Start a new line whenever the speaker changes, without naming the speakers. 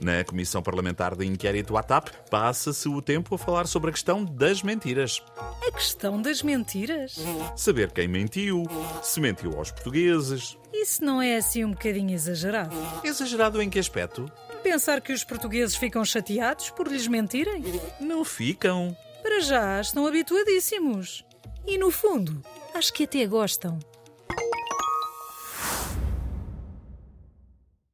Na Comissão Parlamentar de Inquérito à TAP, passa-se o tempo a falar sobre a questão das mentiras.
A questão das mentiras?
Saber quem mentiu, se mentiu aos portugueses.
Isso não é assim um bocadinho exagerado?
Exagerado em que aspecto?
Pensar que os portugueses ficam chateados por lhes mentirem?
Não ficam.
Para já, estão habituadíssimos. E no fundo, acho que até gostam.